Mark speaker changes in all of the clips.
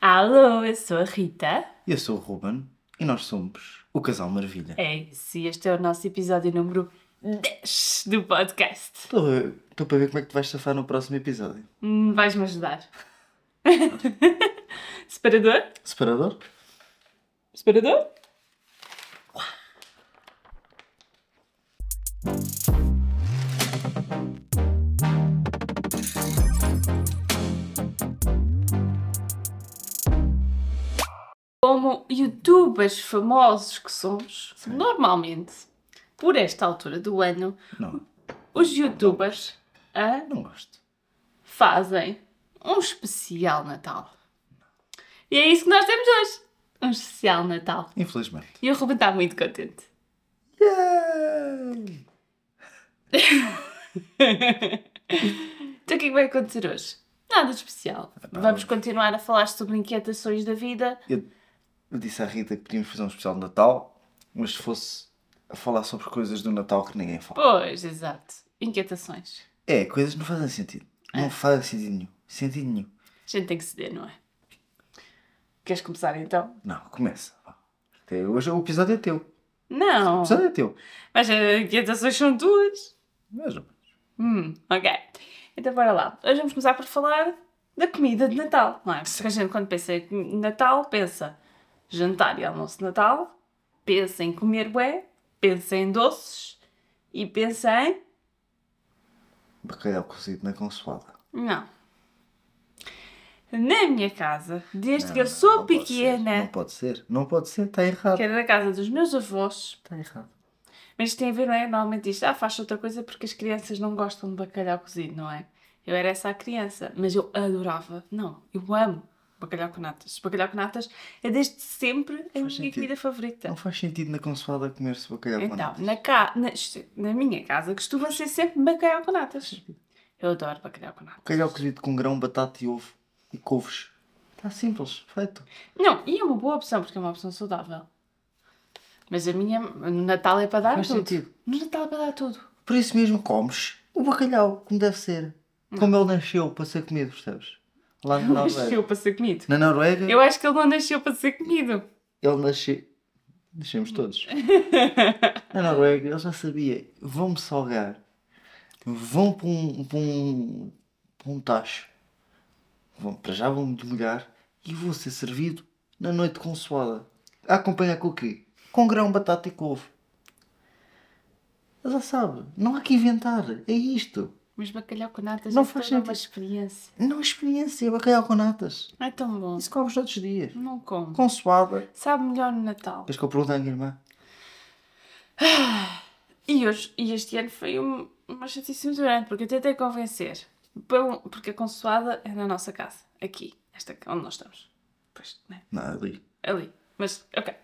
Speaker 1: Alô, eu sou a Rita.
Speaker 2: Eu sou o Ruben e nós somos o Casal Maravilha.
Speaker 1: É isso, e este é o nosso episódio número 10 do podcast.
Speaker 2: Estou para ver como é que te vais safar no próximo episódio.
Speaker 1: Hum, Vais-me ajudar. Separador?
Speaker 2: Separador?
Speaker 1: Separador? Como youtubers famosos que somos, normalmente, por esta altura do ano,
Speaker 2: Não,
Speaker 1: os youtubers ah,
Speaker 2: não gosto.
Speaker 1: fazem um especial Natal. E é isso que nós temos hoje. Um especial Natal.
Speaker 2: Infelizmente.
Speaker 1: E o Ruben está muito contente.
Speaker 2: Yay!
Speaker 1: Então o que é que vai acontecer hoje? Nada de especial.
Speaker 2: pá,
Speaker 1: Vamos
Speaker 2: hoje-
Speaker 1: continuar a falar sobre inquietações da vida.
Speaker 2: Eu, eu disse à Rita que podíamos fazer um especial de Natal, mas se fosse a falar sobre coisas do Natal que ninguém fala.
Speaker 1: Pois, exato. Inquietações.
Speaker 2: É, coisas que não fazem sentido.
Speaker 1: É.
Speaker 2: Não fazem sentido nenhum. Sentido nenhum.
Speaker 1: A gente tem que ceder, não é? Queres começar então?
Speaker 2: Não, começa. vá. Até hoje o episódio é teu. O
Speaker 1: Não.
Speaker 2: episódio é teu.
Speaker 1: Mas as inquietações são tuas.
Speaker 2: Mas,
Speaker 1: Hum, ok. Então bora lá. Hoje vamos começar por falar da comida de Natal, não é? Porque a gente quando pensa em Natal, pensa jantar e almoço de Natal, pensa em comer bué, pensa em doces e pensa em...
Speaker 2: bacalhau cozido na consoada.
Speaker 1: Não. Na minha casa, desde
Speaker 2: Não,
Speaker 1: que eu
Speaker 2: não,
Speaker 1: sou
Speaker 2: não pode ser,
Speaker 1: pequena,
Speaker 2: Não pode ser. Não pode ser. Está errado.
Speaker 1: que era na casa dos meus avós,
Speaker 2: Está errado.
Speaker 1: mas isto tem a ver, não é? Normalmente isto, ah, faz outra coisa porque as crianças não gostam de bacalhau cozido, não é? Eu era essa a criança, mas eu adorava. Não, eu amo bacalhau com natas. Bacalhau com natas é desde sempre a minha
Speaker 2: Faz sentido.
Speaker 1: comida favorita.
Speaker 2: Não faz sentido na consoada comer-se bacalhau com
Speaker 1: Então,
Speaker 2: natas.
Speaker 1: na, ca... na... isto- na minha casa costuma ser sempre bacalhau com natas. Eu adoro bacalhau com natas.
Speaker 2: Bacalhau cozido com grão, batata e ovo. E couves. Está simples. Feito.
Speaker 1: Não, e é uma boa opção porque é uma opção saudável. Mas a minha, no Natal é para dar
Speaker 2: Faz
Speaker 1: tudo.
Speaker 2: sentido.
Speaker 1: No Natal é para dar tudo.
Speaker 2: Por isso mesmo comes o bacalhau, como deve ser. Como ele nasceu para ser comido, percebes? Lá na
Speaker 1: Nasceu
Speaker 2: Noruega.
Speaker 1: para ser comido.
Speaker 2: Na Noruega,
Speaker 1: Eu acho que ele não nasceu para ser comido.
Speaker 2: ele nasceu... Nascemos todos. na Noruega, ele já sabia. Vão-me salgar. Vão para um, para um, para um tacho. Vão, para já vão-me demolhar. E vou ser servido na noite consoada. A acompanhar com o quê? Com grão, batata e couve. Ele já sabe. Não há que inventar. É isto.
Speaker 1: Mas bacalhau com natas
Speaker 2: Não
Speaker 1: é
Speaker 2: faz
Speaker 1: toda uma
Speaker 2: sentido.
Speaker 1: experiência.
Speaker 2: Não há experiência. Bacalhau com natas.
Speaker 1: É tão bom.
Speaker 2: Isso comes todos os dias.
Speaker 1: Não como.
Speaker 2: Consoada.
Speaker 1: Sabe melhor no Natal.
Speaker 2: Queres que eu pergunte à minha irmã?
Speaker 1: E, hoje, e este ano foi um, uma chatíssima durante, porque eu tentei convencer. Pelo- Porque a consoada é na nossa casa. Aqui. Esta, onde nós estamos. Pois, né?
Speaker 2: Não, ali.
Speaker 1: ali. Mas, ok.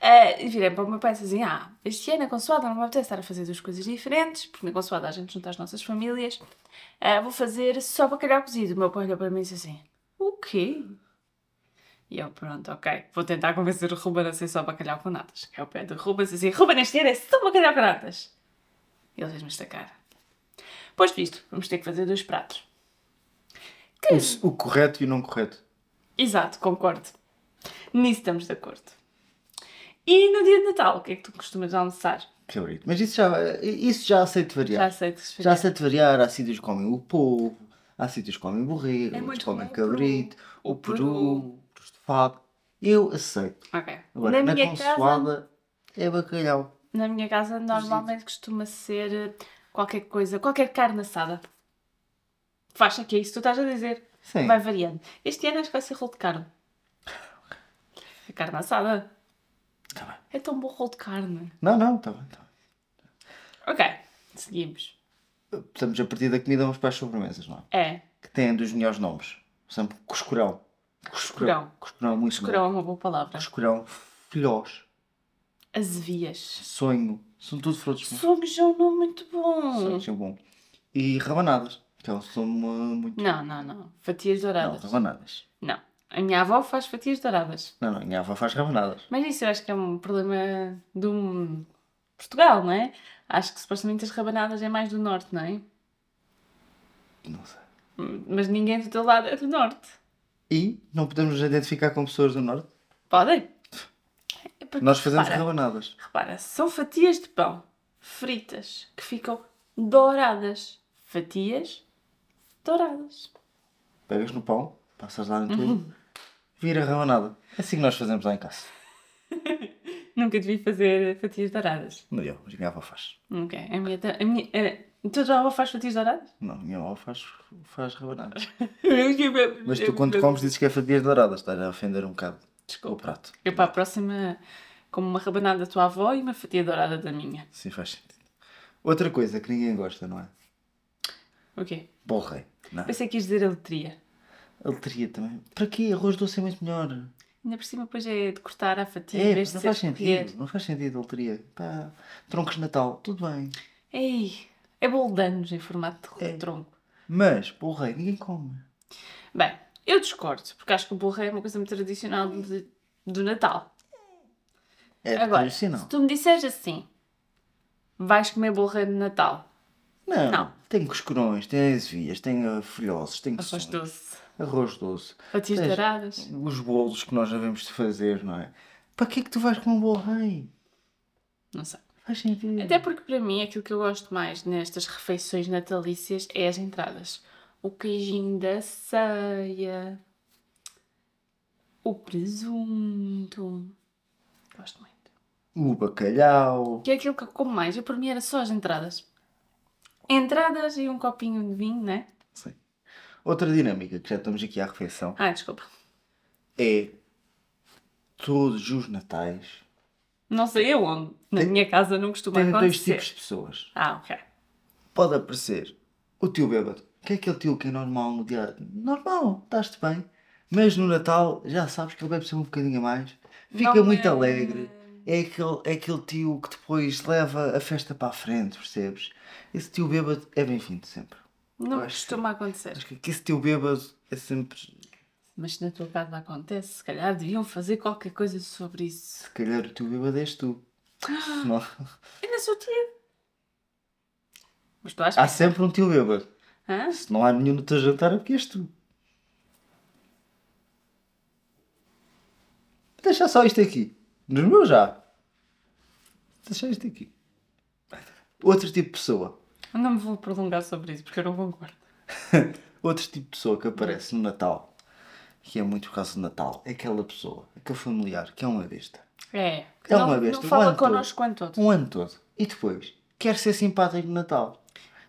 Speaker 1: Ah, e virei para o meu pai e disse assim: Ah, este ano a consoada não me apetece estar a fazer duas coisas diferentes, porque na consoada a gente junta as nossas famílias. Ah, vou fazer só bacalhau cozido. O meu pai olhou para mim e disse assim: O quê? E eu, pronto, ok, vou tentar convencer o Ruben a ser só bacalhau com natas. Que é o pé do Ruben e disse assim: Ruben, este ano é só bacalhau com natas. E ele fez-me esta cara. Pois visto, vamos ter que fazer dois pratos.
Speaker 2: O, o correto e o não correto.
Speaker 1: Exato, concordo. Nisso estamos de acordo. E no dia de Natal, o que é que tu costumas almoçar?
Speaker 2: Cabrito. Mas isso já, isso já aceito
Speaker 1: Já
Speaker 2: variar.
Speaker 1: aceito que se
Speaker 2: Já, aceito variar. Há sítios que comem o povo, há sítios que comem borrego,
Speaker 1: É
Speaker 2: outros
Speaker 1: muito
Speaker 2: comem
Speaker 1: bom o
Speaker 2: cabrito, o
Speaker 1: peru.
Speaker 2: peru, o estofado. Eu aceito.
Speaker 1: Ok.
Speaker 2: Agora,
Speaker 1: na,
Speaker 2: na,
Speaker 1: minha casa,
Speaker 2: consoada é bacalhau.
Speaker 1: na minha casa normalmente costuma ser eh, qualquer coisa, qualquer carne assada. Faz que é isso que tu estás a dizer.
Speaker 2: Sim.
Speaker 1: Vai variando. Este ano acho que vai ser rolo de carne. A carne assada.
Speaker 2: Tá bem.
Speaker 1: É tão bom rolo de carne.
Speaker 2: Não, não, está bem, tá bem.
Speaker 1: Ok, seguimos.
Speaker 2: Estamos a partir da comida, vamos para as sobremesas, não é?
Speaker 1: É,
Speaker 2: Que têm dos melhores nomes. Por exemplo, cuscurão.
Speaker 1: Cuscurão.
Speaker 2: Cuscurão, muito bom.
Speaker 1: escorão é uma boa palavra.
Speaker 2: Cuscurão, filhós,
Speaker 1: Azevias.
Speaker 2: sonho. São tudo frutos bons.
Speaker 1: Sogos é um nome muito bom.
Speaker 2: Sonho, são bom. E rabanadas, que é um sumo uh, muito...
Speaker 1: Não, não, não. Fatias
Speaker 2: Não,
Speaker 1: douradas. Não,
Speaker 2: rabanadas.
Speaker 1: A minha avó faz fatias douradas.
Speaker 2: Não, não, minha avó faz rabanadas.
Speaker 1: Mas isso eu acho que é um problema do Portugal, não é? Acho que supostamente as rabanadas é mais do norte, não é?
Speaker 2: Não sei.
Speaker 1: Mas ninguém do teu lado é do norte.
Speaker 2: E não podemos nos identificar com pessoas do Norte.
Speaker 1: Podem? Porque,
Speaker 2: Nós fazemos
Speaker 1: repara,
Speaker 2: rebanadas.
Speaker 1: repara, são fatias de pão fritas que ficam douradas. Fatias douradas.
Speaker 2: Pegas no pão, passas lá em tudo, vira rebanada. É assim que nós fazemos lá em casa.
Speaker 1: Nunca devia fazer fatias douradas.
Speaker 2: Não eu, mas minha avó faz.
Speaker 1: Nunca. A minha. ta- A minha a, tua avó faz fatias douradas?
Speaker 2: Não, minha avó faz, faz rebanadas. Mas
Speaker 1: Mas
Speaker 2: tu quando comes dizes que é fatias douradas, estás a ofender um bocado o
Speaker 1: Desculpa.
Speaker 2: prato.
Speaker 1: Eu para a próxima, como uma rabanada da tua avó e uma fatia dourada da minha.
Speaker 2: Sim, faz sentido. Outra coisa que ninguém gosta, não é?
Speaker 1: O quê?
Speaker 2: Borrei. Não.
Speaker 1: Pensei que ias dizer a letria.
Speaker 2: Alteria também. Para quê? Arroz doce é muito melhor.
Speaker 1: Ainda por cima, depois é de cortar a fatia em
Speaker 2: É,
Speaker 1: vez de
Speaker 2: não
Speaker 1: ser
Speaker 2: faz
Speaker 1: de
Speaker 2: sentido.
Speaker 1: colher.
Speaker 2: Não faz sentido alteria. Pá, troncos de Natal, tudo bem.
Speaker 1: Ei, é bolo de anos em formato de
Speaker 2: É.
Speaker 1: tronco.
Speaker 2: Mas, borrei, ninguém come.
Speaker 1: Bem, eu discordo, porque acho que o bolo é uma coisa muito tradicional de- do Natal.
Speaker 2: É
Speaker 1: Agora,
Speaker 2: tradicional.
Speaker 1: se tu me disseres assim, vais comer bolo rei de Natal,
Speaker 2: Não,
Speaker 1: Não.
Speaker 2: tem coscorões, tem azevias, tem uh, folhosos, tem
Speaker 1: arroz
Speaker 2: coções,
Speaker 1: doce,
Speaker 2: arroz doce.
Speaker 1: fatias
Speaker 2: Tens-
Speaker 1: douradas,
Speaker 2: Os bolos que nós devemos de fazer, não é? Para que é que tu vais com um bolo rei?
Speaker 1: não sei.
Speaker 2: Faz sentido.
Speaker 1: Até porque para mim aquilo que eu gosto mais nestas refeições natalícias é as entradas. O queijinho da ceia, o presunto. Gosto muito.
Speaker 2: O bacalhau.
Speaker 1: Que é aquilo que eu como mais. Eu para mim era só as entradas. Entradas e um copinho de vinho, né?
Speaker 2: Sim. Outra dinâmica que já estamos aqui à refeição
Speaker 1: Ah, desculpa.
Speaker 2: é todos os natais
Speaker 1: Não sei eu onde. Na
Speaker 2: Tem-
Speaker 1: minha casa não costuma
Speaker 2: tem dois
Speaker 1: acontecer.
Speaker 2: tipos de pessoas.
Speaker 1: Ah, ok.
Speaker 2: Pode aparecer o tio bêbado, que é aquele tio que é normal no dia. Normal, estás-te bem. Mas no Natal já sabes que ele bebe sempre um bocadinho a mais. Fica
Speaker 1: Não
Speaker 2: muito
Speaker 1: é-
Speaker 2: alegre. É aquele, é aquele tio que depois leva a festa para a frente, percebes? Esse tio bêbado é bem-vindo sempre.
Speaker 1: Não
Speaker 2: Acho que-
Speaker 1: costuma acontecer.
Speaker 2: Acho que que esse teu bêbado é sempre.
Speaker 1: Mas se na tua casa acontece, se calhar deviam fazer qualquer coisa sobre isso.
Speaker 2: Se calhar o teu bêbado és tu. Senão-
Speaker 1: Ainda sou tia. Mas tu achas?
Speaker 2: Há sempre um teu bêbado.
Speaker 1: Hã?
Speaker 2: Se não há nenhum no teu jantar é porque és tu. Deixa só isto aqui. Nos meus já. Deixa isto aqui. Outro tipo de pessoa.
Speaker 1: Eu não me vou prolongar sobre isso porque eu não concordo.
Speaker 2: Outro tipo de pessoa que aparece no Natal, que é muito por causa do Natal, é aquela pessoa, aquele familiar, que é uma besta.
Speaker 1: É.
Speaker 2: É
Speaker 1: não,
Speaker 2: uma
Speaker 1: não
Speaker 2: besta, o
Speaker 1: fala
Speaker 2: ano todo.
Speaker 1: connosco quanto todo.
Speaker 2: Um ano todo. E depois, quer ser simpático no Natal.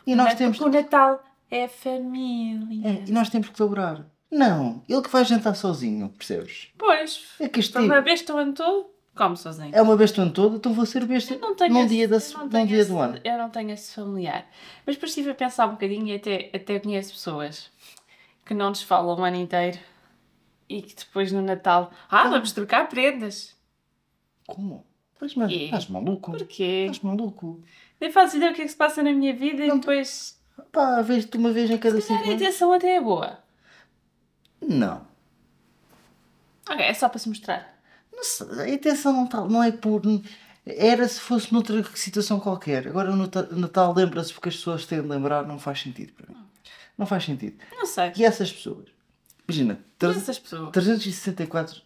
Speaker 2: E nós
Speaker 1: Porque
Speaker 2: temos.
Speaker 1: O Natal é família.
Speaker 2: É, e nós temos que colaborar. Não, ele que vai jantar sozinho, percebes?
Speaker 1: Pois.
Speaker 2: É
Speaker 1: Para
Speaker 2: castigo.
Speaker 1: uma besta o ano todo, come sozinho.
Speaker 2: É uma besta o ano todo, então vou ser besta
Speaker 1: Eu não tenho
Speaker 2: num
Speaker 1: esse-
Speaker 2: dia, da,
Speaker 1: eu
Speaker 2: se-
Speaker 1: não
Speaker 2: num
Speaker 1: tenho
Speaker 2: dia
Speaker 1: esse-
Speaker 2: do ano.
Speaker 1: Eu não tenho esse familiar. Mas depois estive a pensar um bocadinho e até, até conheço pessoas que não nos falam o ano inteiro e que depois no Natal. Ah, vamos trocar prendas.
Speaker 2: Como? Mas, mas
Speaker 1: E-
Speaker 2: estás maluco?
Speaker 1: Porquê?
Speaker 2: Estás maluco?
Speaker 1: Nem fazes ideia o que é que se passa na minha vida e
Speaker 2: Não-
Speaker 1: depois
Speaker 2: Pá, vejo-te uma vez em cada
Speaker 1: A
Speaker 2: cinco anos.
Speaker 1: intenção até é boa.
Speaker 2: Não.
Speaker 1: Ok, é só para se mostrar.
Speaker 2: Não sei, a intenção não, tá, não é por... Era se fosse noutra situação qualquer. Agora no Ta- Natal lembra-se porque as pessoas têm de lembrar. Não faz sentido para mim. Não faz sentido.
Speaker 1: Não sei.
Speaker 2: E essas pessoas? Imagina, tre-
Speaker 1: Essas pessoas.
Speaker 2: 364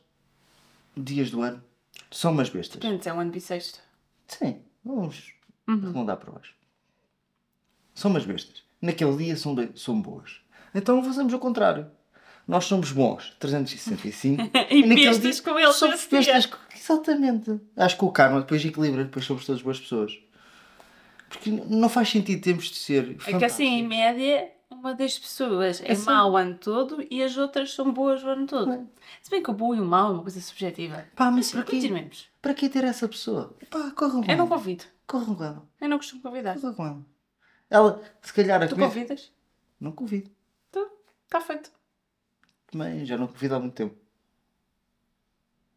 Speaker 2: dias do ano são umas bestas.
Speaker 1: Depende se é um ano bissexto.
Speaker 2: Sim, vamos
Speaker 1: Uhum.
Speaker 2: arredondar para baixo. São umas bestas. Naquele dia são, be- são boas. Então fazemos o contrário. Nós somos bons, 365.
Speaker 1: E
Speaker 2: naquele
Speaker 1: bestas com eles
Speaker 2: Somos
Speaker 1: nesse dia.
Speaker 2: bestas. co- Exatamente. Acho que o karma depois equilibra, depois somos todas boas pessoas. Porque n- não faz sentido termos de ser.
Speaker 1: É que assim, em
Speaker 2: fantásticos.
Speaker 1: média, uma das pessoas é,
Speaker 2: É só-
Speaker 1: má o ano todo e as outras são boas o ano todo. Se bem que o bom e o mau é uma coisa subjetiva.
Speaker 2: Pá, mas
Speaker 1: Mas
Speaker 2: para quê?
Speaker 1: continuemos.
Speaker 2: Para quê ter essa pessoa? Pá, um corram com
Speaker 1: assim, Eu não
Speaker 2: ela.
Speaker 1: convido.
Speaker 2: Corram com ela.
Speaker 1: Eu não costumo convidar.
Speaker 2: Corram com ela. um Ela, se calhar, a
Speaker 1: Tu
Speaker 2: comer-
Speaker 1: convidas?
Speaker 2: Não convido.
Speaker 1: Está feito.
Speaker 2: Também já não convido há muito tempo.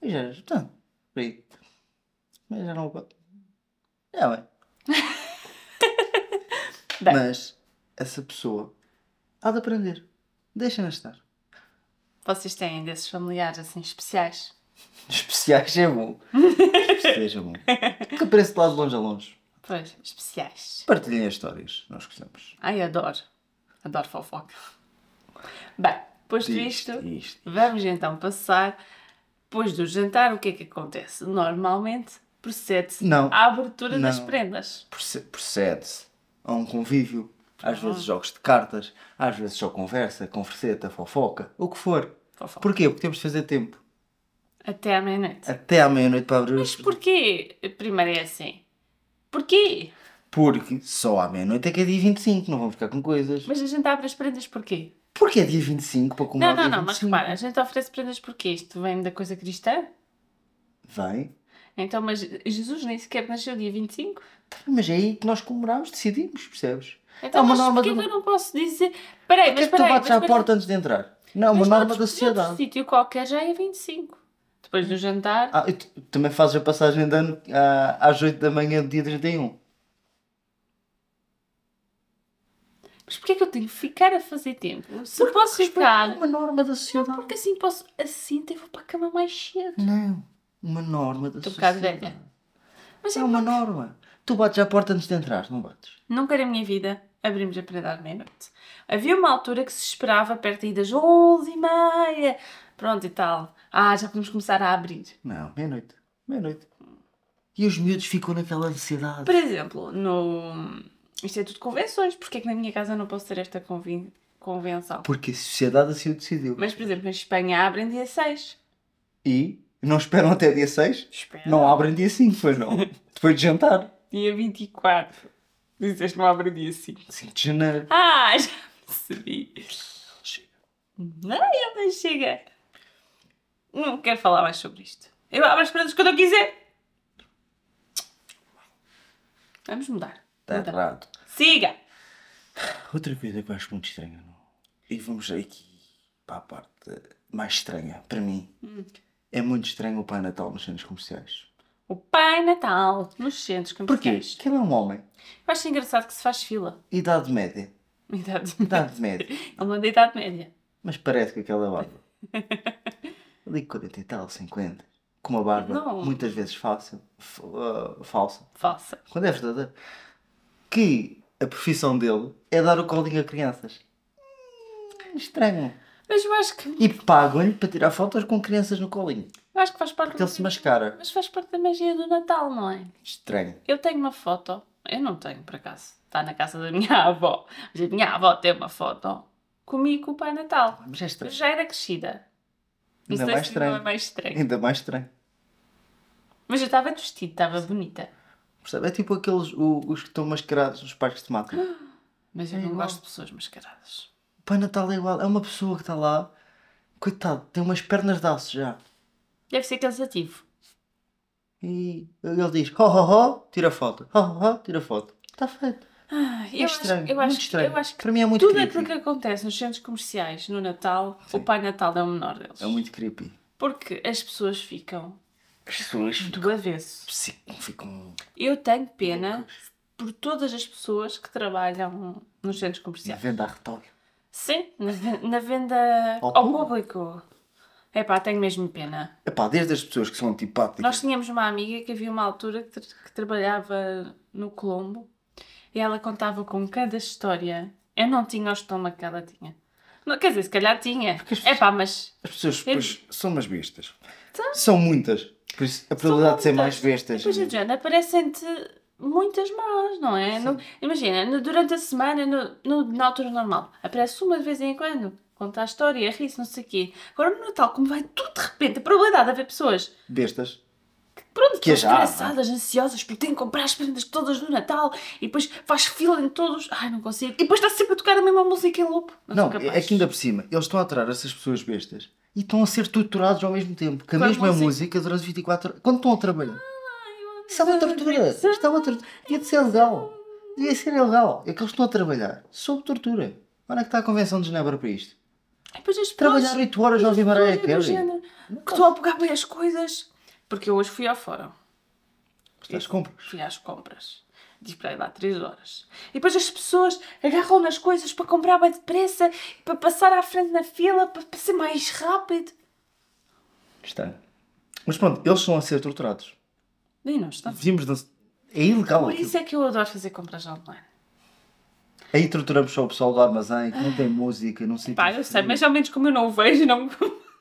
Speaker 2: E já, portanto, por aí. Mas já não vou. É bem.
Speaker 1: Bem.
Speaker 2: Mas essa pessoa há de aprender. Deixa-na estar.
Speaker 1: Vocês têm desses familiares assim especiais?
Speaker 2: Especiais é bom. Especiais é bom. Que aparece de lá de longe a longe.
Speaker 1: Pois, especiais.
Speaker 2: Partilhem as histórias, nós gostamos.
Speaker 1: Ai, adoro. Adoro fofoca. Bem, Posto
Speaker 2: Isto,
Speaker 1: isto,
Speaker 2: isto.
Speaker 1: vamos então passar. Depois do jantar, o que é que acontece? Normalmente procede-se
Speaker 2: Não.
Speaker 1: à abertura das
Speaker 2: Não.
Speaker 1: prendas.
Speaker 2: Proce- procede-se a um convívio, às
Speaker 1: Uhum.
Speaker 2: vezes jogos de cartas, às vezes só conversa, converseta, fofoca, o que for.
Speaker 1: Fofoca.
Speaker 2: Porquê? Porque temos de fazer tempo.
Speaker 1: Até à meia-noite.
Speaker 2: Até à meia-noite para abrir
Speaker 1: Mas
Speaker 2: os-
Speaker 1: porquê? Primeiro é assim. Porquê?
Speaker 2: Porque só à meia-noite é que é dia 25, não vamos ficar com coisas.
Speaker 1: Mas a gente abre as prendas porquê?
Speaker 2: Porque é dia 25 para comer
Speaker 1: Não, não, não, mas repara, a gente oferece prendas porque isto vem da coisa cristã.
Speaker 2: Vem.
Speaker 1: Então, mas Jesus nem sequer nasceu dia 25.
Speaker 2: Tá bem, Mas é aí que nós comemorámos, decidimos, percebes?
Speaker 1: Então,
Speaker 2: Há É uma
Speaker 1: mas
Speaker 2: norma
Speaker 1: porquê
Speaker 2: de-
Speaker 1: que eu não posso dizer... Peraí,
Speaker 2: Porquê
Speaker 1: mas
Speaker 2: é que tu
Speaker 1: peraí, mas
Speaker 2: bates à
Speaker 1: peraí.
Speaker 2: porta antes de entrar? Não,
Speaker 1: Mas
Speaker 2: uma norma
Speaker 1: noutro-
Speaker 2: da sociedade.
Speaker 1: noutro sítio qualquer já é 25. Depois do jantar...
Speaker 2: Ah, e tu também fazes a passagem de ano ah, às 8 da manhã do dia 31.
Speaker 1: Mas porquê é que eu tenho que ficar a fazer tempo? Se posso ficar...
Speaker 2: Uma norma da sociedade.
Speaker 1: Porque assim posso... Assim até vou para a cama mais cedo.
Speaker 2: Não. Uma norma da
Speaker 1: Estou um bocado
Speaker 2: sociedade.
Speaker 1: velha. Mas
Speaker 2: É
Speaker 1: é
Speaker 2: uma norma. Tu bates à porta antes de entrar, não bates?
Speaker 1: Nunca na minha vida abrimos a prenda à meia-noite. Havia uma altura que se esperava perto aí das 11 e meia. Pronto e tal. Ah, já podemos começar a abrir.
Speaker 2: Não, meia-noite. Meia-noite. E os miúdos ficam naquela ansiedade.
Speaker 1: Por exemplo, no Instituto de Convenções, porque é que na minha casa eu não posso ter esta convi- convenção?
Speaker 2: Porque a sociedade assim o decidiu.
Speaker 1: Mas, por exemplo, em Espanha abrem dia 6.
Speaker 2: E não esperam até dia 6?
Speaker 1: Espera.
Speaker 2: Não abrem dia 5, pois não. Depois de jantar.
Speaker 1: Dia 24. Dizeste que não abre dia 5.
Speaker 2: 5 de janeiro.
Speaker 1: Ah, já percebi. Não, ele nem Ah, chega. Não quero falar mais sobre isto. Eu abro as prendas quando eu quiser. Vamos mudar.
Speaker 2: Está
Speaker 1: Muda.
Speaker 2: errado.
Speaker 1: Siga!
Speaker 2: Outra coisa que eu acho muito estranha, não? E vamos aqui para a parte mais estranha, para mim.
Speaker 1: Hum.
Speaker 2: É muito estranho o Pai Natal nos centros comerciais.
Speaker 1: O Pai Natal nos centros
Speaker 2: Porquê?
Speaker 1: comerciais.
Speaker 2: Porque ele é um homem.
Speaker 1: Eu acho engraçado que se faz fila.
Speaker 2: Idade média.
Speaker 1: Idade.
Speaker 2: Idade média.
Speaker 1: Ele não é da idade média.
Speaker 2: Mas parece com aquela barba. Ali 40 e tal, 50. Com uma barba
Speaker 1: Não.
Speaker 2: muitas vezes fácil, f- ah, falsa.
Speaker 1: Falsa.
Speaker 2: Quando é verdadeira. Que a profissão dele é dar o colinho a crianças. Hum, estranho.
Speaker 1: Mas eu acho que,
Speaker 2: E pagam-lhe para tirar fotos com crianças no colinho.
Speaker 1: eu acho que faz parte
Speaker 2: Porque ele
Speaker 1: da...
Speaker 2: se mascara.
Speaker 1: Mas faz parte da magia do Natal, não é?
Speaker 2: Estranho.
Speaker 1: Eu tenho uma foto. Eu não tenho, por acaso. Está na casa da minha avó. Mas a minha avó tem uma foto comigo e com o Pai Natal.
Speaker 2: Mas é estranho.
Speaker 1: Já era crescida. Não
Speaker 2: Ainda
Speaker 1: sei
Speaker 2: mais
Speaker 1: se não é
Speaker 2: estranho.
Speaker 1: mais estranho.
Speaker 2: Ainda mais estranho.
Speaker 1: Mas eu estava de vestido, estava bonita.
Speaker 2: Percebe? É tipo aqueles o- os que estão mascarados nos parques de temática.
Speaker 1: Mas eu
Speaker 2: É
Speaker 1: não
Speaker 2: igual.
Speaker 1: gosto de pessoas mascaradas.
Speaker 2: O Pai Natal é igual. É uma pessoa que está lá. Coitado, tem umas pernas de aço já.
Speaker 1: Deve ser cansativo.
Speaker 2: E ele diz: ho ho ho, tira foto. Ho ho ho, tira foto. Está feito.
Speaker 1: Ah, eu,
Speaker 2: é
Speaker 1: acho,
Speaker 2: estranho.
Speaker 1: eu,
Speaker 2: muito
Speaker 1: acho, que-
Speaker 2: estranho.
Speaker 1: eu acho que
Speaker 2: Para mim é muito
Speaker 1: tudo
Speaker 2: creepy.
Speaker 1: aquilo que acontece nos centros comerciais no Natal,
Speaker 2: Sim.
Speaker 1: o Pai Natal é o menor deles.
Speaker 2: É muito creepy.
Speaker 1: Porque as pessoas ficam
Speaker 2: As pessoas
Speaker 1: do avesso.
Speaker 2: ficam- ficam.
Speaker 1: Eu tenho pena por todas as pessoas que trabalham nos centros
Speaker 2: na
Speaker 1: comerciais.
Speaker 2: venda a retalho.
Speaker 1: Sim, na, ve- na venda
Speaker 2: Ao
Speaker 1: ao, público. É pá, tenho mesmo pena.
Speaker 2: Epá, desde as pessoas que são antipáticas.
Speaker 1: Nós tínhamos uma amiga que havia uma altura que, tra- que trabalhava no Colombo e ela contava com cada história. Eu não tinha o estômago que ela tinha. Não, quer dizer, se calhar tinha.
Speaker 2: Porque as
Speaker 1: É pá, mas
Speaker 2: As pessoas
Speaker 1: Eles-
Speaker 2: pois, são umas bestas. São muitas. Por isso, a probabilidade de ser mais bestas. é?
Speaker 1: depois, Adriana, aparecem-te muitas más, não é? No- imagina, no- durante a semana, no, no- na altura normal, aparece uma de vez em quando, conta a história, ri-se, não sei o quê. Agora no Natal, como vai tudo de repente, a probabilidade de haver pessoas
Speaker 2: Bestas.
Speaker 1: Pronto,
Speaker 2: Que é
Speaker 1: que
Speaker 2: já,
Speaker 1: estressadas, ansiosas, porque têm que comprar as prendas todas no Natal e depois faz fila em todos. Ai, não consigo. E depois está sempre a tocar a mesma música em loop. Não,
Speaker 2: Não,
Speaker 1: sou capaz.
Speaker 2: é que ainda por cima, eles estão a aturar essas pessoas bestas e estão a ser torturados ao mesmo tempo, com a
Speaker 1: Com a
Speaker 2: mesma
Speaker 1: música.
Speaker 2: música durante 24 horas. Quando estão a trabalhar. Isso é uma tortura.
Speaker 1: Sim.
Speaker 2: Isto é uma tortura. Devia de ser legal. Devia ser legal. É que eles estão a trabalhar sob tortura. Olha que está a Convenção de Genebra para isto.
Speaker 1: E depois as
Speaker 2: Trabalhar
Speaker 1: pessoas-
Speaker 2: 8 horas ao é ouvir Mariah
Speaker 1: do
Speaker 2: Carey.
Speaker 1: género, Que estou a pegar bem as coisas. Porque eu hoje fui ao fórum,
Speaker 2: Estás é compras.
Speaker 1: fui às compras. Diz para ir lá 3 horas. E depois as pessoas agarram nas coisas para comprar bem depressa, para passar à frente na fila, para, para ser mais rápido.
Speaker 2: Está. Mas pronto, eles estão a ser torturados.
Speaker 1: E não está.
Speaker 2: Vimos. de- É ilegal.
Speaker 1: Por
Speaker 2: aquilo.
Speaker 1: isso é que eu adoro fazer compras online.
Speaker 2: Aí torturamos só o pessoal do armazém que não tem música, não sei
Speaker 1: Pá, eu sei, mas ao menos como eu não o vejo, não.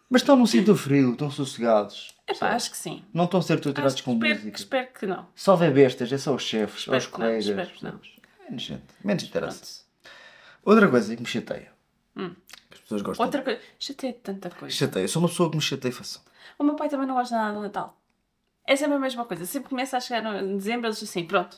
Speaker 2: Mas estão num sítio frio, estão sossegados.
Speaker 1: Epá, acho que sim.
Speaker 2: Não estão a ser torturados
Speaker 1: Acho que
Speaker 2: com
Speaker 1: Ah, espero,
Speaker 2: música.
Speaker 1: espero que não.
Speaker 2: Se houver bestas, é só os chefes,
Speaker 1: Espero
Speaker 2: aos
Speaker 1: que não,
Speaker 2: colegas.
Speaker 1: espero que não.
Speaker 2: Menos gente, menos interessa.
Speaker 1: Pronto.
Speaker 2: Outra coisa que me chateia. que As pessoas gostam.
Speaker 1: Hum. Outra coisa, chateia de tanta coisa.
Speaker 2: Chateia. Sou uma pessoa que me chateia fácil.
Speaker 1: O meu pai também não gosta nada do Natal. É sempre a mesma coisa. Sempre começa a chegar no- em dezembro, eles dizem assim, pronto.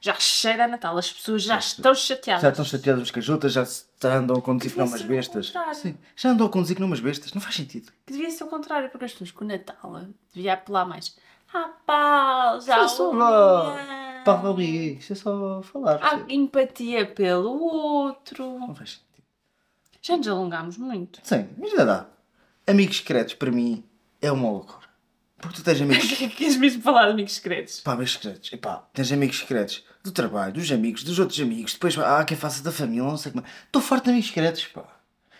Speaker 1: Já cheira a Natal, as pessoas já estão chateadas.
Speaker 2: Já estão chateados umas com as outras, já, se- já andam a conduzir que não
Speaker 1: Devia ser
Speaker 2: umas
Speaker 1: o
Speaker 2: bestas.
Speaker 1: contrário.
Speaker 2: Sim, já andam a conduzir que não umas bestas. Não faz sentido.
Speaker 1: Que devia ser o contrário, porque as pessoas com o Natal devia apelar mais. Ah pá, já
Speaker 2: Foi só
Speaker 1: o
Speaker 2: lá.
Speaker 1: dia.
Speaker 2: Pá, ali, isto é só falar.
Speaker 1: Há
Speaker 2: percebe?
Speaker 1: empatia pelo outro.
Speaker 2: Não faz sentido.
Speaker 1: Já nos alongámos muito.
Speaker 2: Sim, mas já dá. Amigos secretos, para mim, é uma loucura. Porque tu tens amigos
Speaker 1: Queres mesmo falar de amigos secretos?
Speaker 2: Pá, meus secretos. Epá, tens amigos secretos do trabalho, dos amigos, dos outros amigos. Depois há quem faça da família, não sei como. é. Estou forte de amigos secretos, pá.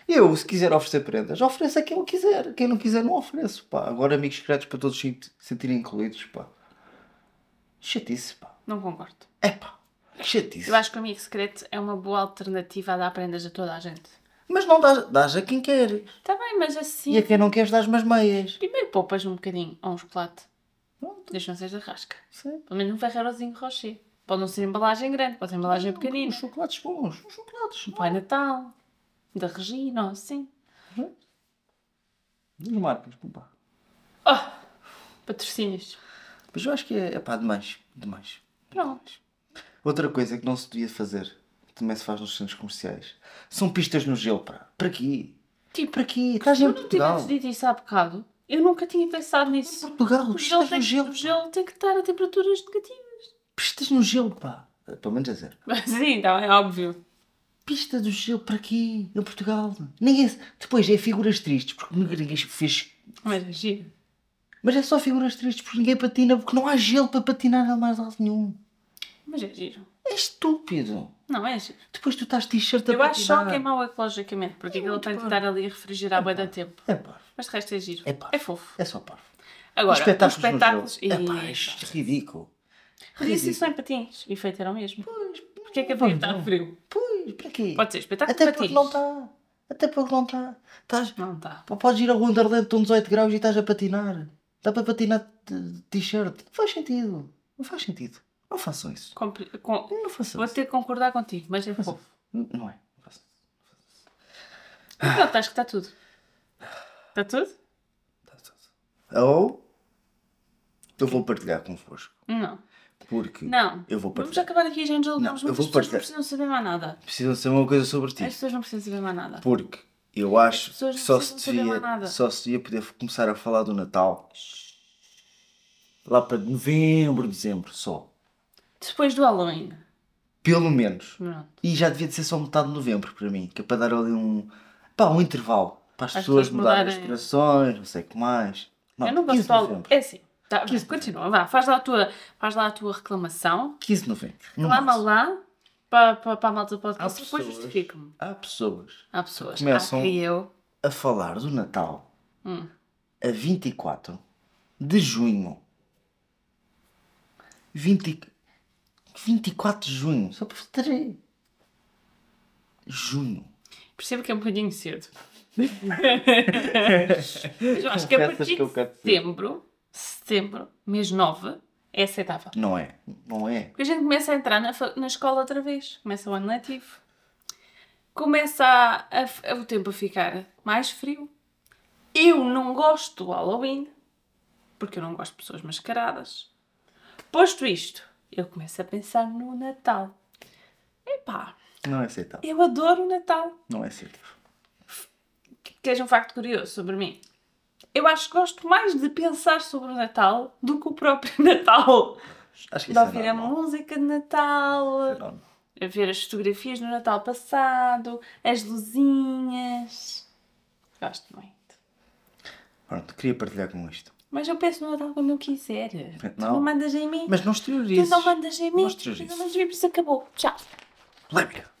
Speaker 2: Eu, se quiser oferecer prendas, ofereço a quem eu quiser. Quem não quiser, não ofereço, pá. Agora amigos secretos para todos se sentirem incluídos, pá. Chatice, pá.
Speaker 1: Não concordo.
Speaker 2: É pá. Chatice.
Speaker 1: Eu acho que o amigo secreto é uma boa alternativa a dar prendas a toda a gente.
Speaker 2: Mas não dás, dás a quem queres.
Speaker 1: Está bem, mas assim.
Speaker 2: E a quem não queres, dás umas meias.
Speaker 1: Primeiro poupas um bocadinho ou um chocolate.
Speaker 2: Pronto,
Speaker 1: Deixa não seja rasca.
Speaker 2: sei.
Speaker 1: Pelo menos um ferreirozinho rocher. Pode não ser embalagem grande, pode ser embalagem é pequenina.
Speaker 2: Uns chocolates bons. Uns chocolates.
Speaker 1: Um Pai Natal, da Regina, ou assim.
Speaker 2: Dos marcas, pá.
Speaker 1: Oh, patrocínios.
Speaker 2: Mas eu acho que é, é pá, demais. Demais.
Speaker 1: Pronto.
Speaker 2: Outra coisa que não se devia fazer, que também se faz nos centros comerciais, são pistas no gelo, pá. Para quê?
Speaker 1: Tipo,
Speaker 2: Para quê? Estás
Speaker 1: se
Speaker 2: em
Speaker 1: tu não
Speaker 2: Portugal.
Speaker 1: tivesse dito isso há bocado, eu nunca tinha pensado nisso.
Speaker 2: Portugal,
Speaker 1: O gelo,
Speaker 2: pistas
Speaker 1: tem,
Speaker 2: no
Speaker 1: que-
Speaker 2: gelo.
Speaker 1: o gelo tem que estar a temperaturas negativas.
Speaker 2: Pistas no gelo, pá. Eh, Pelo menos é zero.
Speaker 1: Sim, então é óbvio.
Speaker 2: Pista do gelo, para quê? Em Portugal. Ninguém... se- Depois é figuras tristes, porque ninguém fez...
Speaker 1: Mas é giro.
Speaker 2: Mas é só figuras tristes, porque ninguém patina, porque não há gelo para patinar a mais lado nenhum.
Speaker 1: Mas é giro.
Speaker 2: É estúpido.
Speaker 1: Não, é giro.
Speaker 2: Depois tu estás t-shirt a
Speaker 1: Eu acho só
Speaker 2: patinar.
Speaker 1: que é mau ecologicamente, porque aquilo tem que estar ali a refrigerar bem da tempo.
Speaker 2: É parvo.
Speaker 1: Mas de resto é giro.
Speaker 2: É pá.
Speaker 1: É fofo.
Speaker 2: É só parvo.
Speaker 1: Agora,
Speaker 2: espetáculos,
Speaker 1: os espetáculos.
Speaker 2: no
Speaker 1: E...
Speaker 2: gelo. É pá, isto é ridículo.
Speaker 1: Redisse isso é em patins. O efeito era o mesmo.
Speaker 2: Pois,
Speaker 1: Porquê é que havia de estar frio?
Speaker 2: Pois, para quê?
Speaker 1: Pode ser espetáculo
Speaker 2: Até
Speaker 1: de
Speaker 2: porque
Speaker 1: patins.
Speaker 2: não tá- está. Até porque não está. Estás...
Speaker 1: Não tá. está.
Speaker 2: Pá, Podes ir um ao Wonderland com 18 graus e estás a patinar. Dá para patinar de t-shirt. Não faz sentido. Não faz sentido. Não façam isso.
Speaker 1: Compre- com-
Speaker 2: Não façam
Speaker 1: Vou
Speaker 2: isso.
Speaker 1: ter que concordar contigo, mas é fofo.
Speaker 2: N- Não é. Não façam isso.
Speaker 1: Pronto, tá, acho que está tudo. Está tudo?
Speaker 2: Tá tudo. Ou eu vou partilhar convosco.
Speaker 1: Não.
Speaker 2: Porque
Speaker 1: Não.
Speaker 2: eu vou
Speaker 1: Vamos
Speaker 2: partilhar.
Speaker 1: acabar aqui, já nos alongamos
Speaker 2: Não, eu
Speaker 1: muito. As pessoas
Speaker 2: vou
Speaker 1: não
Speaker 2: partilhar.
Speaker 1: precisam saber mais nada.
Speaker 2: Precisam saber uma coisa sobre ti.
Speaker 1: As pessoas não precisam saber mais nada.
Speaker 2: Porque eu acho
Speaker 1: pessoas
Speaker 2: que
Speaker 1: não
Speaker 2: só se,
Speaker 1: precisam saber mais
Speaker 2: devia,
Speaker 1: nada.
Speaker 2: só se devia poder começar a falar do Natal lá para novembro, dezembro só.
Speaker 1: Depois do Halloween.
Speaker 2: Pelo menos.
Speaker 1: Pronto.
Speaker 2: E já devia de ser só metade de novembro para mim, que é para dar ali um, pá, um intervalo para as
Speaker 1: As
Speaker 2: pessoas
Speaker 1: pessoas
Speaker 2: mudarem as
Speaker 1: mudarem.
Speaker 2: corações, não sei o que mais. Não,
Speaker 1: Eu não
Speaker 2: 15
Speaker 1: gosto
Speaker 2: de
Speaker 1: de Halloween.
Speaker 2: novembro.
Speaker 1: É assim. Tá, continua, vá. Faz lá, a tua, faz lá a tua reclamação.
Speaker 2: 15 de novembro. não
Speaker 1: Reclama
Speaker 2: mais.
Speaker 1: lá para, para, para a malta do
Speaker 2: Há
Speaker 1: podcast. Depois
Speaker 2: pessoas-
Speaker 1: justifica-me.
Speaker 2: Há pessoas
Speaker 1: Há pessoas.
Speaker 2: Começam-
Speaker 1: Há que eu.
Speaker 2: a falar do Natal
Speaker 1: Hum.
Speaker 2: a 24 de junho. 20... e- 24 de junho. Só para fazer. Junho.
Speaker 1: Percebo que é um bocadinho cedo. Mas eu acho é que a
Speaker 2: Confessas
Speaker 1: partir
Speaker 2: que eu
Speaker 1: de
Speaker 2: quero dizer.
Speaker 1: setembro, setembro, mês 9, é aceitável.
Speaker 2: Não é. Não é.
Speaker 1: Porque a gente começa a entrar na, fa- na escola outra vez. Começa o ano letivo. Começa a- a f- o tempo a ficar mais frio. Eu não gosto do Halloween, porque eu não gosto de pessoas mascaradas. Posto isto, eu começo a pensar no Natal. Epá,
Speaker 2: Não é aceitável.
Speaker 1: eu adoro o Natal.
Speaker 2: Não é aceitável.
Speaker 1: Queres um facto curioso sobre mim? Eu acho que gosto mais de pensar sobre o Natal do que o próprio Natal.
Speaker 2: Acho que
Speaker 1: De
Speaker 2: isso é
Speaker 1: ouvir a
Speaker 2: normal. é
Speaker 1: música de Natal,
Speaker 2: Não, não.
Speaker 1: a ver as fotografias do Natal passado, as luzinhas. Gosto muito.
Speaker 2: Pronto, queria partilhar com isto.
Speaker 1: Mas eu penso no Natal quando eu quiser. Tu
Speaker 2: Não.
Speaker 1: não mandas em mim.
Speaker 2: Mas não
Speaker 1: tu
Speaker 2: exteriorizes.
Speaker 1: não mandas em mim. Tu
Speaker 2: Mostras
Speaker 1: não
Speaker 2: isso.
Speaker 1: mandas em mim, por isso acabou. Tchau.
Speaker 2: Polémica.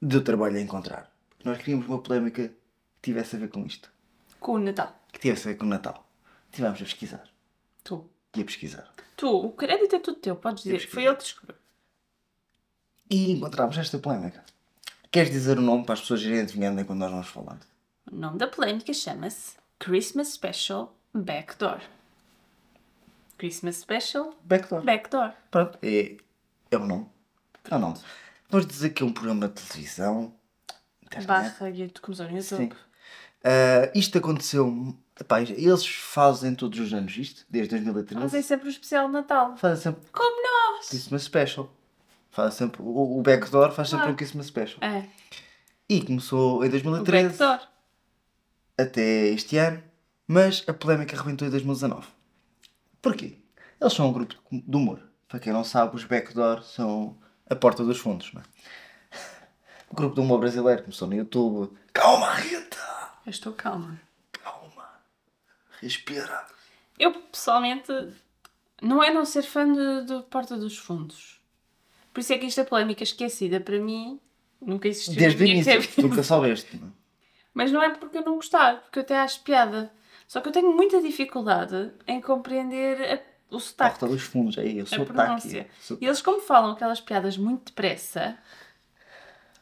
Speaker 2: Deu trabalho a encontrar. Nós queríamos uma polémica que tivesse a ver com isto.
Speaker 1: Com o Natal.
Speaker 2: Que tivesse a ver com o Natal. Tivemos a pesquisar.
Speaker 1: Tu.
Speaker 2: Ia pesquisar.
Speaker 1: Tu, o crédito é tudo teu, podes dizer.
Speaker 2: pesquisei.
Speaker 1: Foi ele que descobriu.
Speaker 2: E encontramos esta polémica. Queres dizer o nome para as pessoas irem adivinhando enquanto nós vamos falando?
Speaker 1: O nome da polémica chama-se Christmas Special Backdoor. Christmas Special
Speaker 2: Backdoor.
Speaker 1: Backdoor.
Speaker 2: Pronto, é, é o nome. É o nome. Vamos dizer que é um programa de televisão. internet.
Speaker 1: Barra de Comissão no
Speaker 2: Sim.
Speaker 1: YouTube.
Speaker 2: Ah, isto aconteceu. Epá, eles fazem todos os anos isto, desde 2013.
Speaker 1: Fazem é sempre o especial de Natal.
Speaker 2: Fazem sempre
Speaker 1: Como nós!
Speaker 2: Christmas Special. Fazem sempre, o, o Backdoor faz sempre
Speaker 1: Claro.
Speaker 2: um Christmas Special.
Speaker 1: É,
Speaker 2: E começou em
Speaker 1: o
Speaker 2: 2013
Speaker 1: Backdoor.
Speaker 2: até este ano, mas a polémica arrebentou em 2019. Porquê? Eles são um grupo de com- de humor. Para quem não sabe, os Backdoor são a porta dos fundos, não é? O grupo de humor brasileiro começou no YouTube. Calma, Rita!
Speaker 1: Eu estou calma.
Speaker 2: Calma! Respira!
Speaker 1: Eu, pessoalmente, não é não ser fã de- do Porta dos Fundos. Por isso é que esta polémica esquecida, para mim, nunca existiu. na
Speaker 2: Desde o
Speaker 1: minha
Speaker 2: início,
Speaker 1: cabeça.
Speaker 2: nunca soubeste. não é?
Speaker 1: Mas não é porque eu não gostar, porque eu até acho piada. Só que eu tenho muita dificuldade em compreender a- o sotaque,
Speaker 2: Porta Tá dos fundos, aí eu
Speaker 1: Tá. a
Speaker 2: sou
Speaker 1: pronúncia.
Speaker 2: ataque. Sou...
Speaker 1: E eles, como falam aquelas piadas muito depressa,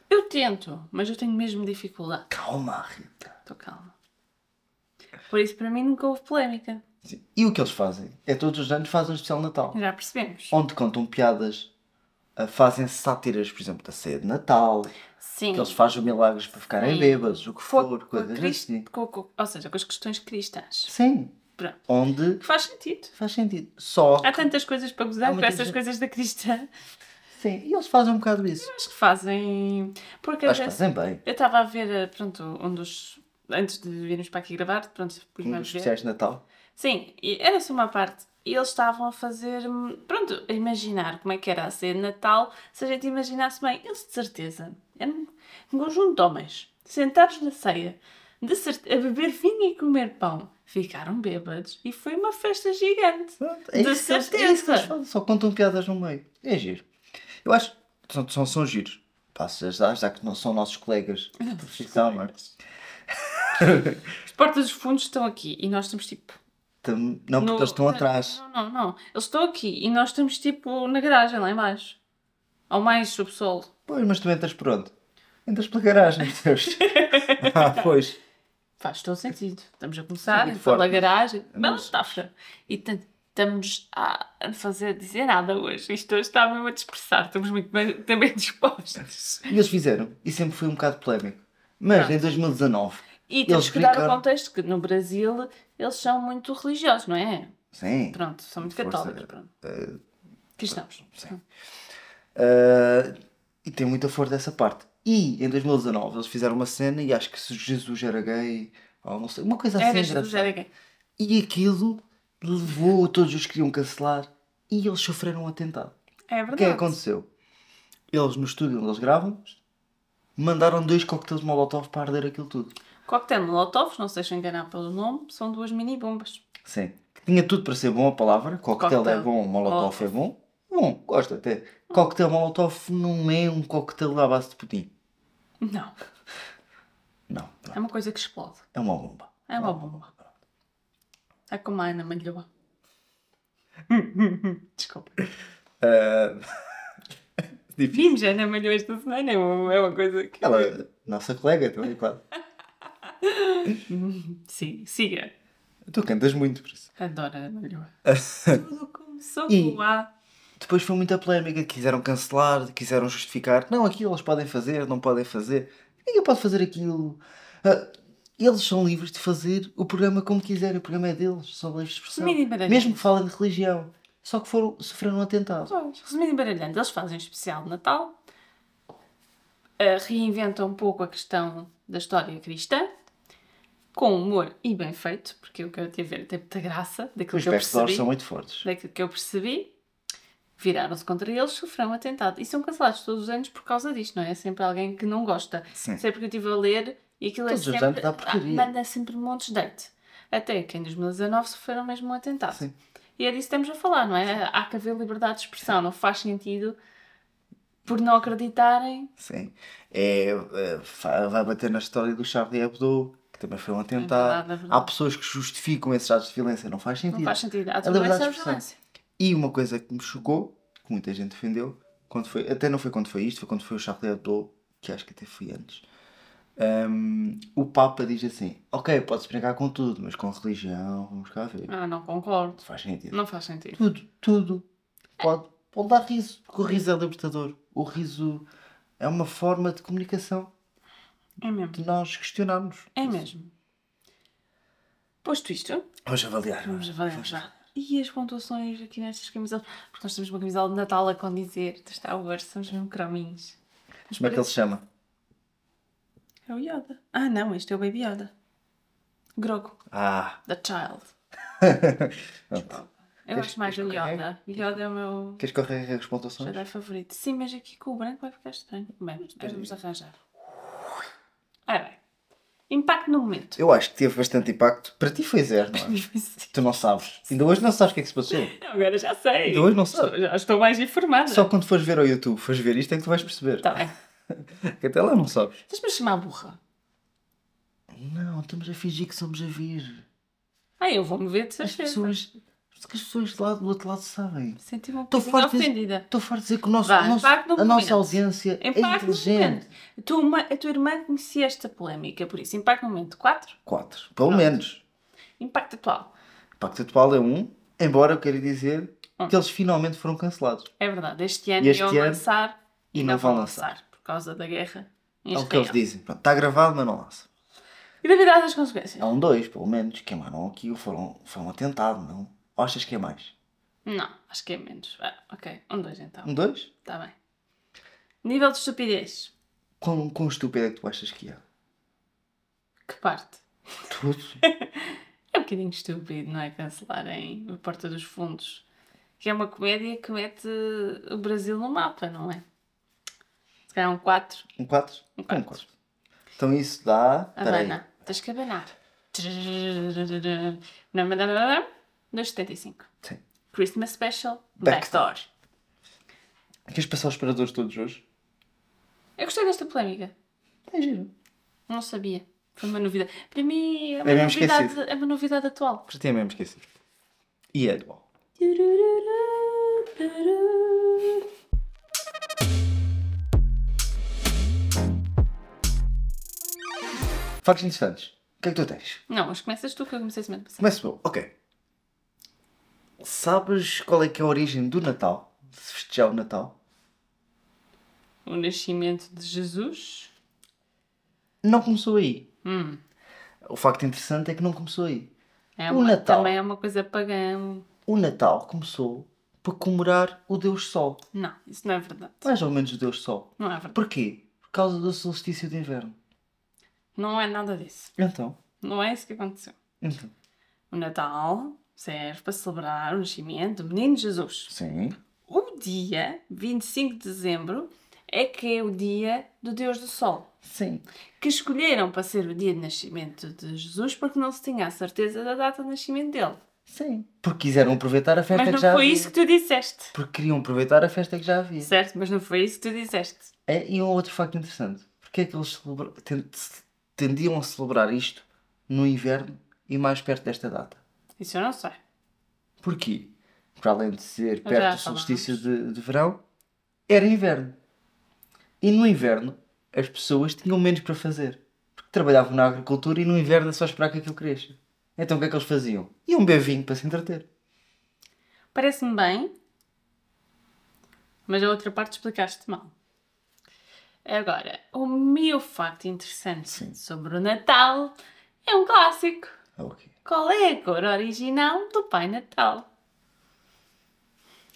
Speaker 1: eu tento, mas eu tenho mesmo dificuldade.
Speaker 2: Calma, Rita!
Speaker 1: Estou calma. Por isso, para mim, nunca houve polémica.
Speaker 2: Sim. E o que eles fazem? É todos os anos fazem um especial de Natal.
Speaker 1: Já percebemos.
Speaker 2: Onde contam piadas, ah, fazem sátiras, por exemplo, da ceia de Natal,
Speaker 1: Sim.
Speaker 2: que eles fazem milagres para ficarem
Speaker 1: Sim.
Speaker 2: bêbados, o que
Speaker 1: Com-
Speaker 2: for,
Speaker 1: com
Speaker 2: coisas
Speaker 1: crist-
Speaker 2: assim.
Speaker 1: com- com- ou seja, com as questões cristãs.
Speaker 2: Sim.
Speaker 1: Pronto.
Speaker 2: Onde
Speaker 1: Que faz sentido.
Speaker 2: faz sentido. Só.
Speaker 1: Há tantas coisas para
Speaker 2: Há
Speaker 1: gozar com
Speaker 2: muita
Speaker 1: essas
Speaker 2: gente-
Speaker 1: coisas da cristã.
Speaker 2: Sim. E eles fazem um bocado isso.
Speaker 1: Acho que fazem. Porque
Speaker 2: Mas fazem bem.
Speaker 1: eu estava a ver, eh, pronto, um dos. Antes de virmos para aqui gravar, pronto, depois
Speaker 2: Um dos
Speaker 1: vamos ver.
Speaker 2: especiais de Natal.
Speaker 1: Sim, e era só uma parte. E eles estavam a fazer. hum, Pronto, a imaginar como é que era a ceia de Natal se a gente imaginasse bem. Eles, de certeza, eram um conjunto de homens sentados na ceia, de certe- a beber vinho e comer pão. Ficaram bêbados e foi uma festa gigante.
Speaker 2: Pronto,
Speaker 1: De
Speaker 2: É isso que eles-
Speaker 1: certeza.
Speaker 2: é isso que eles fazem, só contam piadas no meio. É giro. Eu acho que são, são, são giros. Pá, já, já que não são nossos colegas de profissão, não é?
Speaker 1: As portas dos fundos estão aqui e nós estamos tipo.
Speaker 2: Tam- Não, porque
Speaker 1: no- é.
Speaker 2: eles estão atrás.
Speaker 1: Não, não, não. Eles estão aqui e nós estamos tipo na garagem lá em baixo. Ao mais subsolo.
Speaker 2: Pois, mas tu entras por onde? Entras pela garagem, Deus. ah, pois.
Speaker 1: Faz todo sentido. Estamos a começar,
Speaker 2: Muito
Speaker 1: pela
Speaker 2: forte.
Speaker 1: garagem. Bela
Speaker 2: Mas-
Speaker 1: metáfora. E t- estamos a a fazer dizer nada hoje. Isto hoje está mesmo a dispersar. Estamos muito bem, também dispostos.
Speaker 2: E eles fizeram. E sempre foi um bocado polémico. Mas
Speaker 1: Pronto.
Speaker 2: em 2019.
Speaker 1: E temos
Speaker 2: Eles
Speaker 1: que dar o
Speaker 2: brincaram.
Speaker 1: contexto que no Brasil eles são muito religiosos, não é?
Speaker 2: Sim.
Speaker 1: Pronto, são muito
Speaker 2: Força, É,
Speaker 1: católicos. Pronto. Cristãos.
Speaker 2: sim. Ah, e tem muita força essa parte. E em 2019 eles fizeram uma cena e acho que se Jesus era gay, ou não sei, uma coisa assim.
Speaker 1: Era isto
Speaker 2: engraçada.
Speaker 1: do Zé Gay.
Speaker 2: E aquilo levou, todos os queriam cancelar e eles sofreram um atentado.
Speaker 1: É
Speaker 2: O que é que
Speaker 1: verdade.
Speaker 2: aconteceu? Eles no estúdio onde eles gravam mandaram dois coquetéis molotov para arder aquilo tudo.
Speaker 1: Coquetel Molotov, não se deixem enganar pelo nome, são duas mini bombas.
Speaker 2: Sim. Tinha tudo para ser bom a palavra. Coquetel
Speaker 1: Coquetel.
Speaker 2: é bom, molotov
Speaker 1: Molotov.
Speaker 2: é bom. Bom, gosto até. Coquetel molotov não é um coquetel à base de pudim.
Speaker 1: Não,
Speaker 2: Não, não.
Speaker 1: é uma coisa que explode.
Speaker 2: É uma bomba.
Speaker 1: É uma bomba. É como a Ana Malhoa. Desculpa.
Speaker 2: Ah,
Speaker 1: Vimos a Ana Malhoa esta semana, é uma é uma coisa que...
Speaker 2: Ela, nossa colega também, claro.
Speaker 1: Sim, siga.
Speaker 2: Tu cantas muito por isso.
Speaker 1: Adoro a Ana Malhoa. Tudo começou
Speaker 2: E-
Speaker 1: com A.
Speaker 2: Depois foi muita polémica, quiseram cancelar, quiseram justificar. Não, aquilo eles podem fazer, não podem fazer. Ninguém pode fazer aquilo. Ah, eles são livres de fazer o programa como quiserem, o programa é deles, são livres de expressão.
Speaker 1: Mini maravilha.
Speaker 2: Mesmo que falem de religião. Só que foram, sofreram um atentado.
Speaker 1: Pois, Resumindo e baralhando, eles fazem um especial de Natal, eh, reinventam um pouco a questão da história cristã, com humor e bem feito, porque o que eu tive a ver tem muita graça, daquilo
Speaker 2: Os
Speaker 1: que eu
Speaker 2: backdoors
Speaker 1: percebi.
Speaker 2: são muito fortes.
Speaker 1: Daquilo que eu percebi, viraram-se contra eles, sofreram um atentado. E são cancelados todos os anos por causa disto, não é? É sempre alguém que não gosta.
Speaker 2: Sim.
Speaker 1: Sempre que eu estive a ler, e aquilo
Speaker 2: Hum. Todos
Speaker 1: é
Speaker 2: os
Speaker 1: sempre...
Speaker 2: anos dá porcaria.
Speaker 1: Ah, manda sempre montes de hate. Até que em 2019 sofreram mesmo um atentado.
Speaker 2: Sim.
Speaker 1: E é disso que estamos a falar, não é? Há que haver liberdade de expressão, não faz sentido por não acreditarem.
Speaker 2: Sim. É, é, fa- vai bater na história do Charlie Hebdo, que também foi um atentado.
Speaker 1: verdade, é verdade.
Speaker 2: Há pessoas que justificam esses atos de violência, não faz sentido.
Speaker 1: Não faz sentido. Há
Speaker 2: A
Speaker 1: tudo
Speaker 2: liberdade
Speaker 1: essa
Speaker 2: de expressão.
Speaker 1: violência.
Speaker 2: E uma coisa que me chocou, que muita gente defendeu, quando foi, até não foi quando foi isto, foi quando foi o Charlie Hebdo, que acho que até foi antes. Ahm, o Papa diz assim: Ok, podes brincar com tudo, mas com religião, vamos cá ver.
Speaker 1: Ah, não concordo.
Speaker 2: Faz sentido.
Speaker 1: Não faz sentido.
Speaker 2: Tudo, tudo. Pode, pode dar riso, porque o riso é libertador. O riso é uma forma de comunicação,
Speaker 1: É mesmo.
Speaker 2: de nós questionarmos.
Speaker 1: É mesmo. Posto isto,
Speaker 2: Ah, Vamos avaliar.
Speaker 1: Vamos avaliar já. E as pontuações aqui nestas camisolas? Porque nós temos uma camisola de Natal a condizer, de Star Wars, somos mesmo crominhos.
Speaker 2: Como é que ele se chama?
Speaker 1: É o Yoda. Ah não, este é o Baby Yoda. Grogu,
Speaker 2: Ah!
Speaker 1: The Child.
Speaker 2: Pronto.
Speaker 1: Eu
Speaker 2: Tens-
Speaker 1: acho mais o
Speaker 2: tens que
Speaker 1: Yoda. O Yoda é o meu
Speaker 2: Queres correr as pontuações?
Speaker 1: Jedi favorito. Sim, mas aqui com o branco vai ficar estranho. Bem, nós vamos arranjar. Ora bem. Impacto no momento.
Speaker 2: Eu acho que teve bastante impacto. Para ti foi zero, não é? Tu não sabes. Ainda hoje não sabes o que é que se passou.
Speaker 1: Não, Agora já sei.
Speaker 2: Ainda hoje não sabes.
Speaker 1: Estou- Já estou mais informada.
Speaker 2: Só quando fores ver ao YouTube, fores ver isto é que tu vais perceber.
Speaker 1: Tá bem.
Speaker 2: Que até lá não sabes.
Speaker 1: Estás-me a chamar burra?
Speaker 2: Não, estamos a fingir que somos a vir.
Speaker 1: Ah, eu vou-me ver de
Speaker 2: As
Speaker 1: certeza.
Speaker 2: pessoas. As pessoas lá do outro lado sabem.
Speaker 1: Senti-me um
Speaker 2: Estou
Speaker 1: bocadinho
Speaker 2: farto de-
Speaker 1: ofendida.
Speaker 2: Estou a farto de dizer que o nosso,
Speaker 1: Vá,
Speaker 2: o nosso-
Speaker 1: impacto no
Speaker 2: a
Speaker 1: momento.
Speaker 2: nossa audiência é
Speaker 1: Impacto no
Speaker 2: inteligente.
Speaker 1: momento. A tua, ma- a tua irmã conhecia esta polémica, por isso, impacto no momento 4,
Speaker 2: Quatro, pelo
Speaker 1: Pronto.
Speaker 2: menos.
Speaker 1: impacto atual.
Speaker 2: Impacto atual é um, embora eu queira dizer
Speaker 1: Hum.
Speaker 2: que eles finalmente foram cancelados.
Speaker 1: É verdade, este ano
Speaker 2: E este
Speaker 1: iam
Speaker 2: ano?
Speaker 1: lançar
Speaker 2: E
Speaker 1: e
Speaker 2: não
Speaker 1: não
Speaker 2: vão
Speaker 1: vão lançar por causa da guerra em
Speaker 2: É o que eles
Speaker 1: Israel.
Speaker 2: dizem. Pronto, está gravado, mas não lança.
Speaker 1: Gravidade das consequências?
Speaker 2: Há um dois, pelo menos. Queimaram aquilo, foram, foi um atentado, não? Ou achas que é mais?
Speaker 1: Não, acho que é menos. Ah, ok, um, dois então.
Speaker 2: Um dois?
Speaker 1: Está bem. Nível de estupidez?
Speaker 2: Quão, quão estúpido é que tu achas que é?
Speaker 1: Que parte?
Speaker 2: Tudo.
Speaker 1: É um bocadinho estúpido, não é? Cancelarem a Porta dos Fundos, que é uma comédia que mete o Brasil no mapa, não é? Se calhar um 4.
Speaker 2: Um 4?
Speaker 1: Um quatro.
Speaker 2: Então isso dá. Peraí.
Speaker 1: Habana. Tens que abanar. 2,75.
Speaker 2: Sim.
Speaker 1: Christmas Special.
Speaker 2: Backdoor.
Speaker 1: Backdoor.
Speaker 2: Queres passar os paradores todos hoje?
Speaker 1: Eu gostei desta polémica.
Speaker 2: É giro.
Speaker 1: Não sabia. Foi uma novidade. Para mim é uma,
Speaker 2: Eu mesmo
Speaker 1: novidade,
Speaker 2: esqueci.
Speaker 1: é uma novidade atual.
Speaker 2: Já tinha mesmo esquecido. E é igual. Factos interessantes. O que é que tu tens?
Speaker 1: Não, mas começas tu que eu comecei a semana passada.
Speaker 2: Começo eu. Ok. Sabes qual é que é a origem do Natal? De se festejar o Natal?
Speaker 1: O nascimento de Jesus.
Speaker 2: Não começou aí.
Speaker 1: Hum,
Speaker 2: O facto interessante é que não começou aí.
Speaker 1: é
Speaker 2: O
Speaker 1: uma-
Speaker 2: Natal.
Speaker 1: Também é uma coisa pagã.
Speaker 2: O Natal começou por comemorar o Deus Sol.
Speaker 1: Não, isso não é verdade.
Speaker 2: Mais ou menos o Deus Sol.
Speaker 1: Não é verdade.
Speaker 2: Porquê? Por causa do solstício de inverno.
Speaker 1: Não é nada disso.
Speaker 2: Então.
Speaker 1: Não é isso que aconteceu.
Speaker 2: Então.
Speaker 1: O Natal serve para celebrar o nascimento do Menino Jesus.
Speaker 2: Sim.
Speaker 1: O dia 25 de dezembro é que é o dia do Deus do Sol,
Speaker 2: Sim.
Speaker 1: que escolheram para ser o dia de nascimento de Jesus porque não se tinha a certeza da data de nascimento dele.
Speaker 2: Sim. Porque quiseram aproveitar a festa
Speaker 1: Mas
Speaker 2: É que
Speaker 1: não
Speaker 2: já
Speaker 1: foi
Speaker 2: havia.
Speaker 1: isso que tu disseste.
Speaker 2: Porque queriam aproveitar a festa que já havia.
Speaker 1: Certo, mas não foi isso que tu disseste.
Speaker 2: É, e um outro facto interessante. Porquê é que eles celebra- ten- tendiam a celebrar isto no inverno e mais perto desta data?
Speaker 1: Isso eu não sei.
Speaker 2: Porquê? Para além de ser
Speaker 1: já
Speaker 2: perto do
Speaker 1: falámos.
Speaker 2: solstício de, de verão, era inverno. E no inverno as pessoas tinham menos para fazer. Porque trabalhavam na agricultura e no inverno é só esperar que aquilo cresça. Então o que é que eles faziam? Iam beber vinho para se entreter.
Speaker 1: Parece-me bem, mas a outra parte explicaste mal. Agora, o meu facto interessante
Speaker 2: Sim.
Speaker 1: sobre o Natal é um clássico.
Speaker 2: Ah, Ok.
Speaker 1: Qual é a cor original do Pai Natal?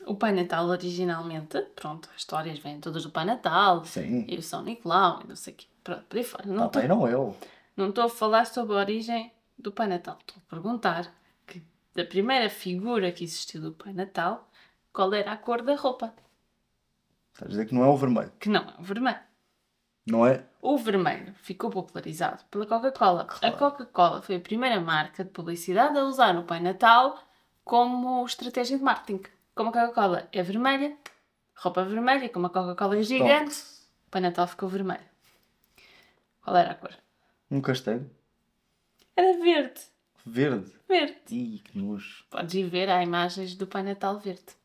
Speaker 1: O Pai Natal originalmente, pronto, as histórias vêm todas do Pai Natal
Speaker 2: Sim.
Speaker 1: e o São Nicolau e não sei o quê. Pronto, por aí fora. Não
Speaker 2: Papai
Speaker 1: estou-
Speaker 2: Noel.
Speaker 1: não estou a falar sobre a origem do Pai Natal. Estou a perguntar que da primeira figura que existiu do Pai Natal, qual era a cor da roupa?
Speaker 2: Estás a dizer que não é o vermelho.
Speaker 1: Que não é o vermelho.
Speaker 2: Não é?
Speaker 1: O vermelho ficou popularizado pela Coca-Cola. A Coca-Cola foi a primeira marca de publicidade a usar o Pai Natal como estratégia de marketing. Como a Coca-Cola é vermelha, roupa vermelha, como a Coca-Cola é gigante, o Pai Natal ficou vermelho. Qual era a cor?
Speaker 2: Um castanho.
Speaker 1: Era verde.
Speaker 2: Verde.
Speaker 1: Verde.
Speaker 2: Ih, que nojo.
Speaker 1: Podes ir ver, há imagens do Pai Natal verde.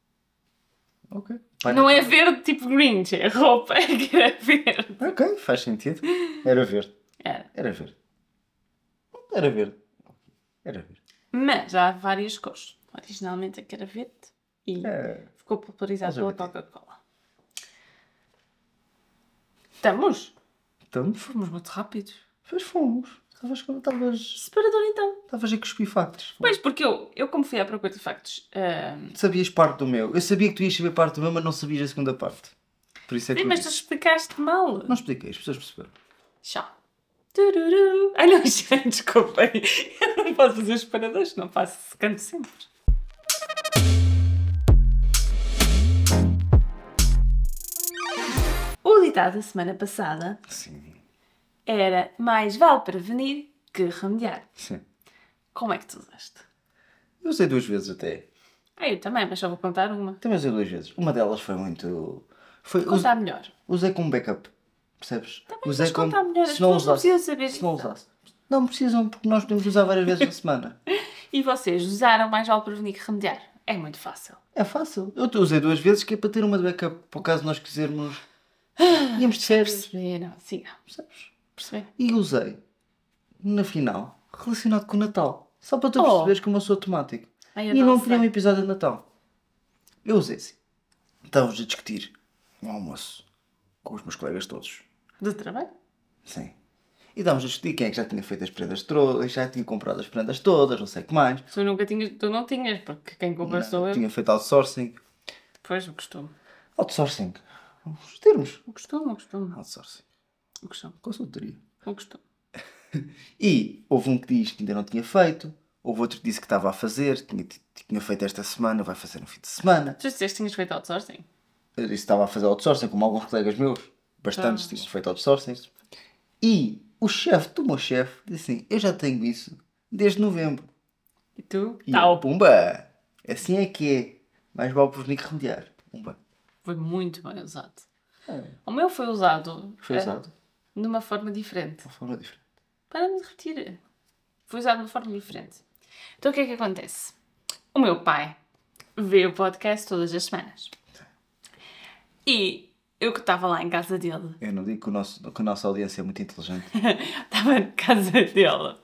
Speaker 2: Ok.
Speaker 1: não é verde tipo Grinch, é roupa que era verde.
Speaker 2: é Ok, faz sentido. Era verde.
Speaker 1: Era.
Speaker 2: Era verde. Era verde. Era verde.
Speaker 1: Mas há várias cores. Originalmente é que era verde e
Speaker 2: É.
Speaker 1: ficou popularizado pela
Speaker 2: LGBT.
Speaker 1: Coca-Cola. Estamos?
Speaker 2: Então,
Speaker 1: Fomos muito rápidos.
Speaker 2: pois fomos. Estavas com. Estavas.
Speaker 1: Separador então.
Speaker 2: Estavas a cuspir factos.
Speaker 1: Pois, porque eu, eu como fui à procura de factos, ah,
Speaker 2: Sabias parte do meu. Eu sabia que tu ias saber parte do meu, mas não sabias a segunda parte. Por isso é que.
Speaker 1: sim,
Speaker 2: eu
Speaker 1: mas tu
Speaker 2: disse.
Speaker 1: explicaste mal.
Speaker 2: Não expliquei, as pessoas perceberam.
Speaker 1: Tchau. Tururu. Ai não, já, desculpem. Eu não posso fazer os separadores, não faço, canto sempre. O ditado da semana passada
Speaker 2: Sim.
Speaker 1: era mais vale prevenir que remediar.
Speaker 2: Sim.
Speaker 1: Como é que tu usaste?
Speaker 2: Eu usei duas vezes até.
Speaker 1: Ah, eu também, mas só vou contar uma.
Speaker 2: Também usei duas vezes. Uma delas foi muito. Foi, us-
Speaker 1: Contar melhor.
Speaker 2: usei como backup. Percebes? usei
Speaker 1: Mas contar melhor, as
Speaker 2: Se não
Speaker 1: pessoas não
Speaker 2: usasse.
Speaker 1: precisam saber.
Speaker 2: Se não usasse. Não precisam, porque nós podemos usar várias vezes na semana.
Speaker 1: E vocês usaram mais vale prevenir que remediar? É muito fácil.
Speaker 2: É fácil. Eu te usei duas vezes que é para ter uma de backup, por caso nós quisermos.
Speaker 1: Ah.
Speaker 2: Íamos de férias.
Speaker 1: Perceberam? Siga.
Speaker 2: Percebes?
Speaker 1: Perceberam?
Speaker 2: E usei, na final, relacionado com o Natal. Só para tu
Speaker 1: Oh.
Speaker 2: perceberes como eu sou temático.
Speaker 1: Ai, eu
Speaker 2: E não
Speaker 1: sei.
Speaker 2: queria um episódio de Natal. Eu usei sim. Estávamos a discutir um almoço com os meus colegas todos.
Speaker 1: Do trabalho?
Speaker 2: Sim. E estávamos a discutir quem é que já tinha feito as prendas todas, já tinha comprado as prendas todas, não sei o que mais.
Speaker 1: Tu nunca tinhas, tu não tinhas, porque quem compra sou eu.
Speaker 2: Tinha feito outsourcing.
Speaker 1: Pois, o costume.
Speaker 2: Outsourcing. Os termos.
Speaker 1: O costume, o costume.
Speaker 2: Outsourcing.
Speaker 1: O costume,
Speaker 2: Consultoria.
Speaker 1: o costume.
Speaker 2: E houve um que diz que ainda não tinha feito, houve outro que disse que estava a fazer, tinha, tinha feito esta semana, vai fazer no fim de semana.
Speaker 1: Tu disseste que tinhas feito outsourcing?
Speaker 2: Eu disse que estava a fazer outsourcing, como alguns colegas meus, bastantes tinham feito outsourcing. E o chefe do meu chefe disse assim: Eu já tenho isso desde novembro.
Speaker 1: E tu? Tá,
Speaker 2: E
Speaker 1: Tal.
Speaker 2: eu, pumba! Assim é que é. Mais vale prevenir que remediar. Pumba.
Speaker 1: Foi muito bem usado.
Speaker 2: É,
Speaker 1: O meu foi usado.
Speaker 2: foi
Speaker 1: eh,
Speaker 2: usado de
Speaker 1: De uma forma diferente.
Speaker 2: É. uma forma diferente.
Speaker 1: Para me repetir. Foi usado de uma forma diferente. Então o que é que acontece? O meu pai vê o podcast todas as semanas.
Speaker 2: Tá.
Speaker 1: E eu que estava lá em casa dele
Speaker 2: Eu não digo que, o nosso, que a nossa audiência é muito inteligente.
Speaker 1: Estava na casa dele.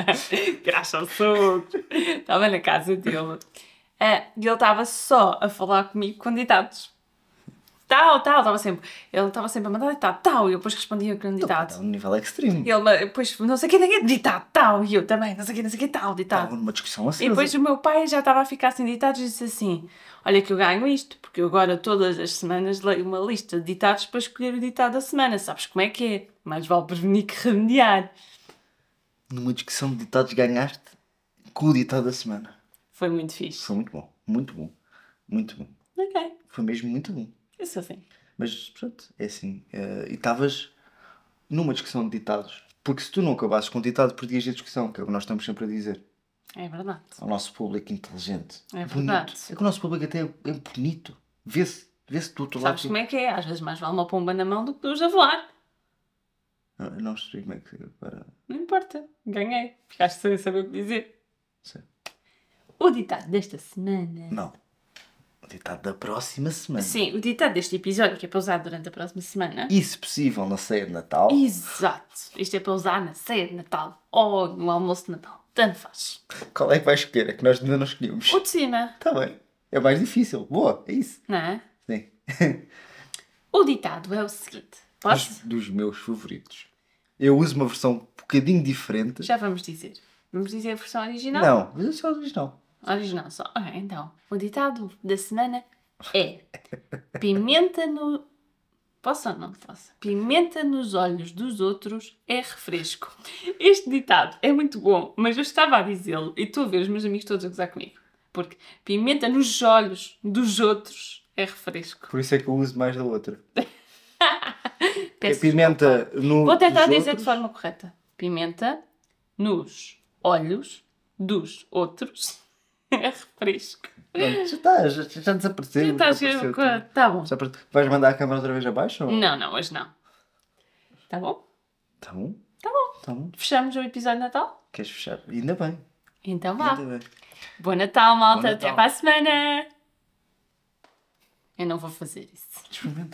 Speaker 1: Graça ao suco. Estava na casa dele. Ah, E ele estava só a falar comigo com ditados. Tal, tal, estava sempre. Ele estava sempre a mandar ditado, tal, e eu depois respondia com um ditado.
Speaker 2: Está num Então, é nível extremo.
Speaker 1: E ele ma- depois, não sei o que, não sei o quê, ditado, tal, e eu também, não sei o que, não sei o que, tal, ditado.
Speaker 2: Estava numa discussão assim.
Speaker 1: E depois o meu pai já estava a ficar sem ditados e disse assim: Olha, que eu ganho isto, porque eu agora todas as semanas leio uma lista de ditados para escolher o ditado da semana. Sabes como é que é? Mais vale prevenir que remediar.
Speaker 2: numa discussão de ditados ganhaste com o ditado da semana.
Speaker 1: Foi muito fixe.
Speaker 2: Foi muito bom, muito bom, muito bom.
Speaker 1: Ok,
Speaker 2: Foi mesmo muito bom.
Speaker 1: eu sou assim.
Speaker 2: Mas pronto, é assim. eh, e estavas numa discussão de ditados. Porque se tu não acabasses com o ditado, perdias a discussão, que é o que nós estamos sempre a dizer.
Speaker 1: É verdade.
Speaker 2: Ao nosso público inteligente.
Speaker 1: É
Speaker 2: bonito.
Speaker 1: verdade.
Speaker 2: É que o nosso público até é bonito. Vê-se, vê-se do outro lado.
Speaker 1: Sabes como é que é? Às vezes mais vale uma pomba na mão do que duas a voar.
Speaker 2: Não, eu não percebi como é que. Para...
Speaker 1: Não importa, ganhei. Ficaste sem saber o que dizer.
Speaker 2: Sim.
Speaker 1: O ditado desta semana.
Speaker 2: Não. O ditado da próxima semana.
Speaker 1: Sim, o ditado deste episódio, que é para usar durante a próxima semana.
Speaker 2: E se possível, na ceia de Natal.
Speaker 1: Exato. Isto é para usar na ceia de Natal ou no almoço de Natal. Tanto faz.
Speaker 2: Qual é que vais escolher? É que nós ainda não escolhemos.
Speaker 1: O de cima,
Speaker 2: Está bem. É mais difícil. Boa, é isso.
Speaker 1: não é?
Speaker 2: Sim.
Speaker 1: O ditado é o seguinte.
Speaker 2: Dos,
Speaker 1: Posso?
Speaker 2: dos meus favoritos. Eu uso uma versão um bocadinho diferente.
Speaker 1: Já vamos dizer. Vamos dizer a versão original?
Speaker 2: Não, mas eu só diz não.
Speaker 1: Original só. Ah, então, o ditado da semana é pimenta no. Posso ou não posso? Pimenta nos olhos dos outros é refresco. Este ditado é muito bom, mas eu estava a dizê-lo e estou a ver os meus amigos todos a gozar comigo. Porque pimenta nos olhos dos outros é refresco.
Speaker 2: Por isso é que eu uso mais da outra.
Speaker 1: Peço
Speaker 2: é pimenta no.
Speaker 1: Vou tentar
Speaker 2: dos
Speaker 1: dizer de
Speaker 2: outros.
Speaker 1: forma correta. Pimenta nos olhos dos outros é refresco.
Speaker 2: Pronto, já está, já, já desapareceu.
Speaker 1: Já está a
Speaker 2: já
Speaker 1: chegar
Speaker 2: apareceu
Speaker 1: o co- Tá bom.
Speaker 2: tudo. Já apare- Vais
Speaker 1: Hum.
Speaker 2: mandar a câmera outra vez abaixo? ou-
Speaker 1: Não, não, hoje não. Tá bom?
Speaker 2: Tá bom.
Speaker 1: Tá bom.
Speaker 2: Tá bom?
Speaker 1: Fechamos o episódio de Natal?
Speaker 2: Queres fechar? Ainda bem.
Speaker 1: Então vá.
Speaker 2: Ainda bem.
Speaker 1: Bom Natal, malta.
Speaker 2: Bom Natal.
Speaker 1: Até para a semana. Eu não vou fazer isso.
Speaker 2: Experimenta.